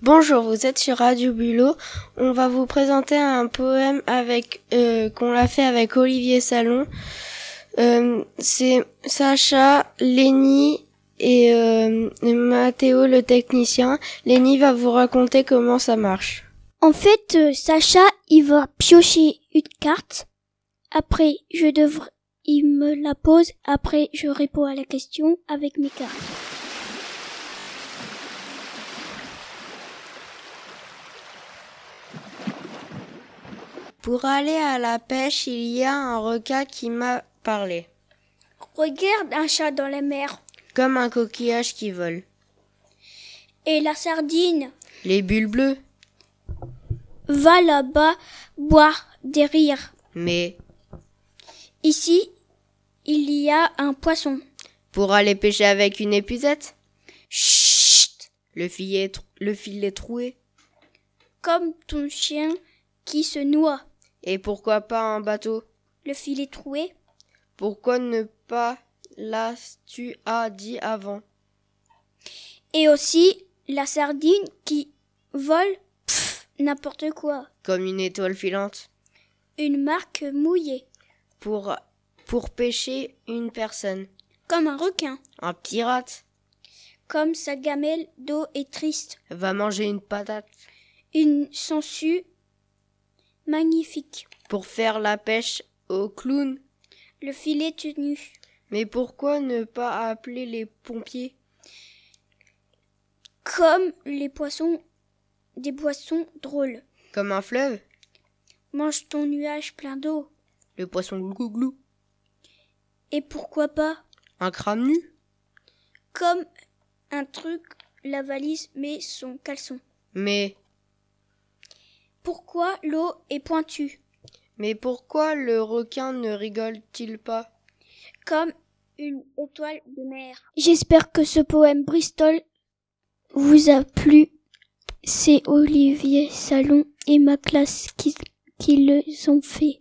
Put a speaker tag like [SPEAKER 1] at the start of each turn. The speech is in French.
[SPEAKER 1] Bonjour, vous êtes sur Radio Bulot. On va vous présenter un poème avec euh, qu'on l'a fait avec Olivier Salon. Euh, c'est Sacha, Lenny et, euh, et Mathéo le technicien. Lenny va vous raconter comment ça marche.
[SPEAKER 2] En fait, euh, Sacha, il va piocher une carte. Après, je devrais, il me la pose. Après, je réponds à la question avec mes cartes.
[SPEAKER 1] Pour aller à la pêche, il y a un requin qui m'a parlé,
[SPEAKER 2] Regarde un chat dans la mer.
[SPEAKER 1] comme un coquillage qui vole.
[SPEAKER 2] Et la sardine
[SPEAKER 1] Les bulles bleues.
[SPEAKER 2] va là-bas boire des rires.
[SPEAKER 1] Mais
[SPEAKER 2] Ici, il y a un poisson.
[SPEAKER 1] pour aller pêcher avec une épuisette,
[SPEAKER 2] Chut
[SPEAKER 1] le filet, est trou- le filet troué.
[SPEAKER 2] Comme ton chien qui se noie.
[SPEAKER 1] Et pourquoi pas un bateau
[SPEAKER 2] Le filet troué.
[SPEAKER 1] Pourquoi ne pas l'as-tu as dit avant
[SPEAKER 2] Et aussi la sardine qui vole pff, n'importe quoi.
[SPEAKER 1] Comme une étoile filante.
[SPEAKER 2] Une marque mouillée.
[SPEAKER 1] Pour, pour pêcher une personne.
[SPEAKER 2] Comme un requin.
[SPEAKER 1] Un pirate
[SPEAKER 2] Comme sa gamelle d'eau est triste.
[SPEAKER 1] va manger une patate.
[SPEAKER 2] Une sangsue magnifique.
[SPEAKER 1] Pour faire la pêche au clown.
[SPEAKER 2] Le filet tenu.
[SPEAKER 1] Mais pourquoi ne pas appeler les pompiers
[SPEAKER 2] Comme les poissons. Des poissons drôles.
[SPEAKER 1] Comme un fleuve
[SPEAKER 2] Mange ton nuage plein d'eau.
[SPEAKER 1] Le poisson glouglou.
[SPEAKER 2] Et pourquoi pas
[SPEAKER 1] Un crâne nu
[SPEAKER 2] Comme un truc, la valise met son caleçon.
[SPEAKER 1] Mais,
[SPEAKER 2] Pourquoi l'eau est pointue
[SPEAKER 1] mais pourquoi le requin ne rigole-t-il pas
[SPEAKER 2] Comme une étoile de mer. J'espère que ce poème Bristol vous a plu. C'est Olivier Salon et ma classe qui, qui les ont fait.